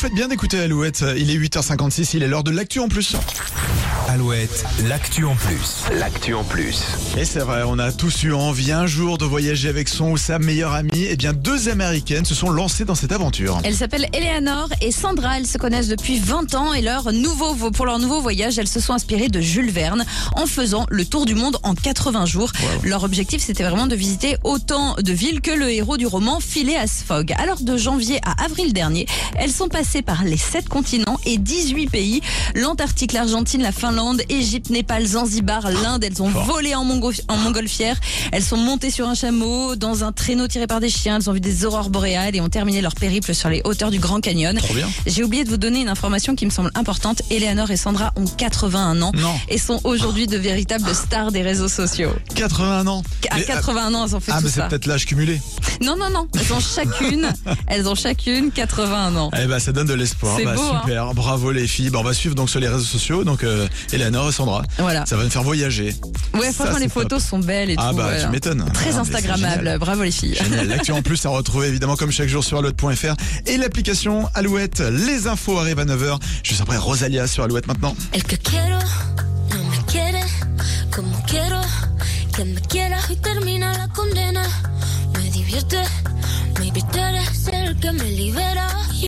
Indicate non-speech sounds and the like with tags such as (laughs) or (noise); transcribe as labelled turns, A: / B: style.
A: faites bien d'écouter Alouette. Il est 8h56, il est l'heure de l'actu en plus.
B: Alouette, l'actu en plus. L'actu en plus.
A: Et c'est vrai, on a tous eu envie un jour de voyager avec son ou sa meilleure amie. Et bien, deux américaines se sont lancées dans cette aventure.
C: Elles s'appellent Eleanor et Sandra. Elles se connaissent depuis 20 ans et leur nouveau, pour leur nouveau voyage, elles se sont inspirées de Jules Verne en faisant le tour du monde en 80 jours. Leur objectif, c'était vraiment de visiter autant de villes que le héros du roman Phileas Fogg. Alors, de janvier à avril dernier, elles sont passées par les 7 continents et 18 pays. L'Antarctique, l'Argentine, la Finlande, Égypte, Népal, Zanzibar, l'Inde. Elles ont volé en, Mongo- en montgolfière. Elles sont montées sur un chameau, dans un traîneau tiré par des chiens. Elles ont vu des aurores boréales et ont terminé leur périple sur les hauteurs du Grand Canyon.
A: Trop bien.
C: J'ai oublié de vous donner une information qui me semble importante. Eleanor et Sandra ont 81 ans
A: Non.
C: et sont aujourd'hui de véritables stars des réseaux sociaux.
A: 81 ans.
C: À
A: Mais,
C: 81 ans, elles ont fait
A: ah,
C: tout
A: mais c'est
C: ça.
A: peut-être l'âge cumulé.
C: Non, non, non. Elles
A: (laughs)
C: ont chacune, elles ont chacune 81 ans.
A: Eh ben, ça donne de l'espoir.
C: C'est
A: Bah,
C: beau, hein.
A: super. Bravo, les filles. Bah, on va suivre donc sur les réseaux sociaux. Donc, euh, Eleanor et Sandra.
C: Voilà.
A: Ça va nous faire voyager.
C: Ouais,
A: Ça,
C: franchement,
A: c'est
C: les
A: top.
C: photos sont belles et
A: Ah,
C: tout.
A: bah,
C: voilà.
A: tu m'étonnes. Ah, mais
C: Très
A: c'est
C: Instagrammable.
A: génial.
C: Bravo, les filles.
A: Génial. L'actu en plus à retrouver évidemment comme chaque jour sur alouette.fr et l'application Alouette. Les infos arrivent à 9h. Juste après Rosalia sur Alouette maintenant.
D: El que quiero no me quiere como quiero que me quiera y termina la condena. Me divierte, me invita a ser el que me libera.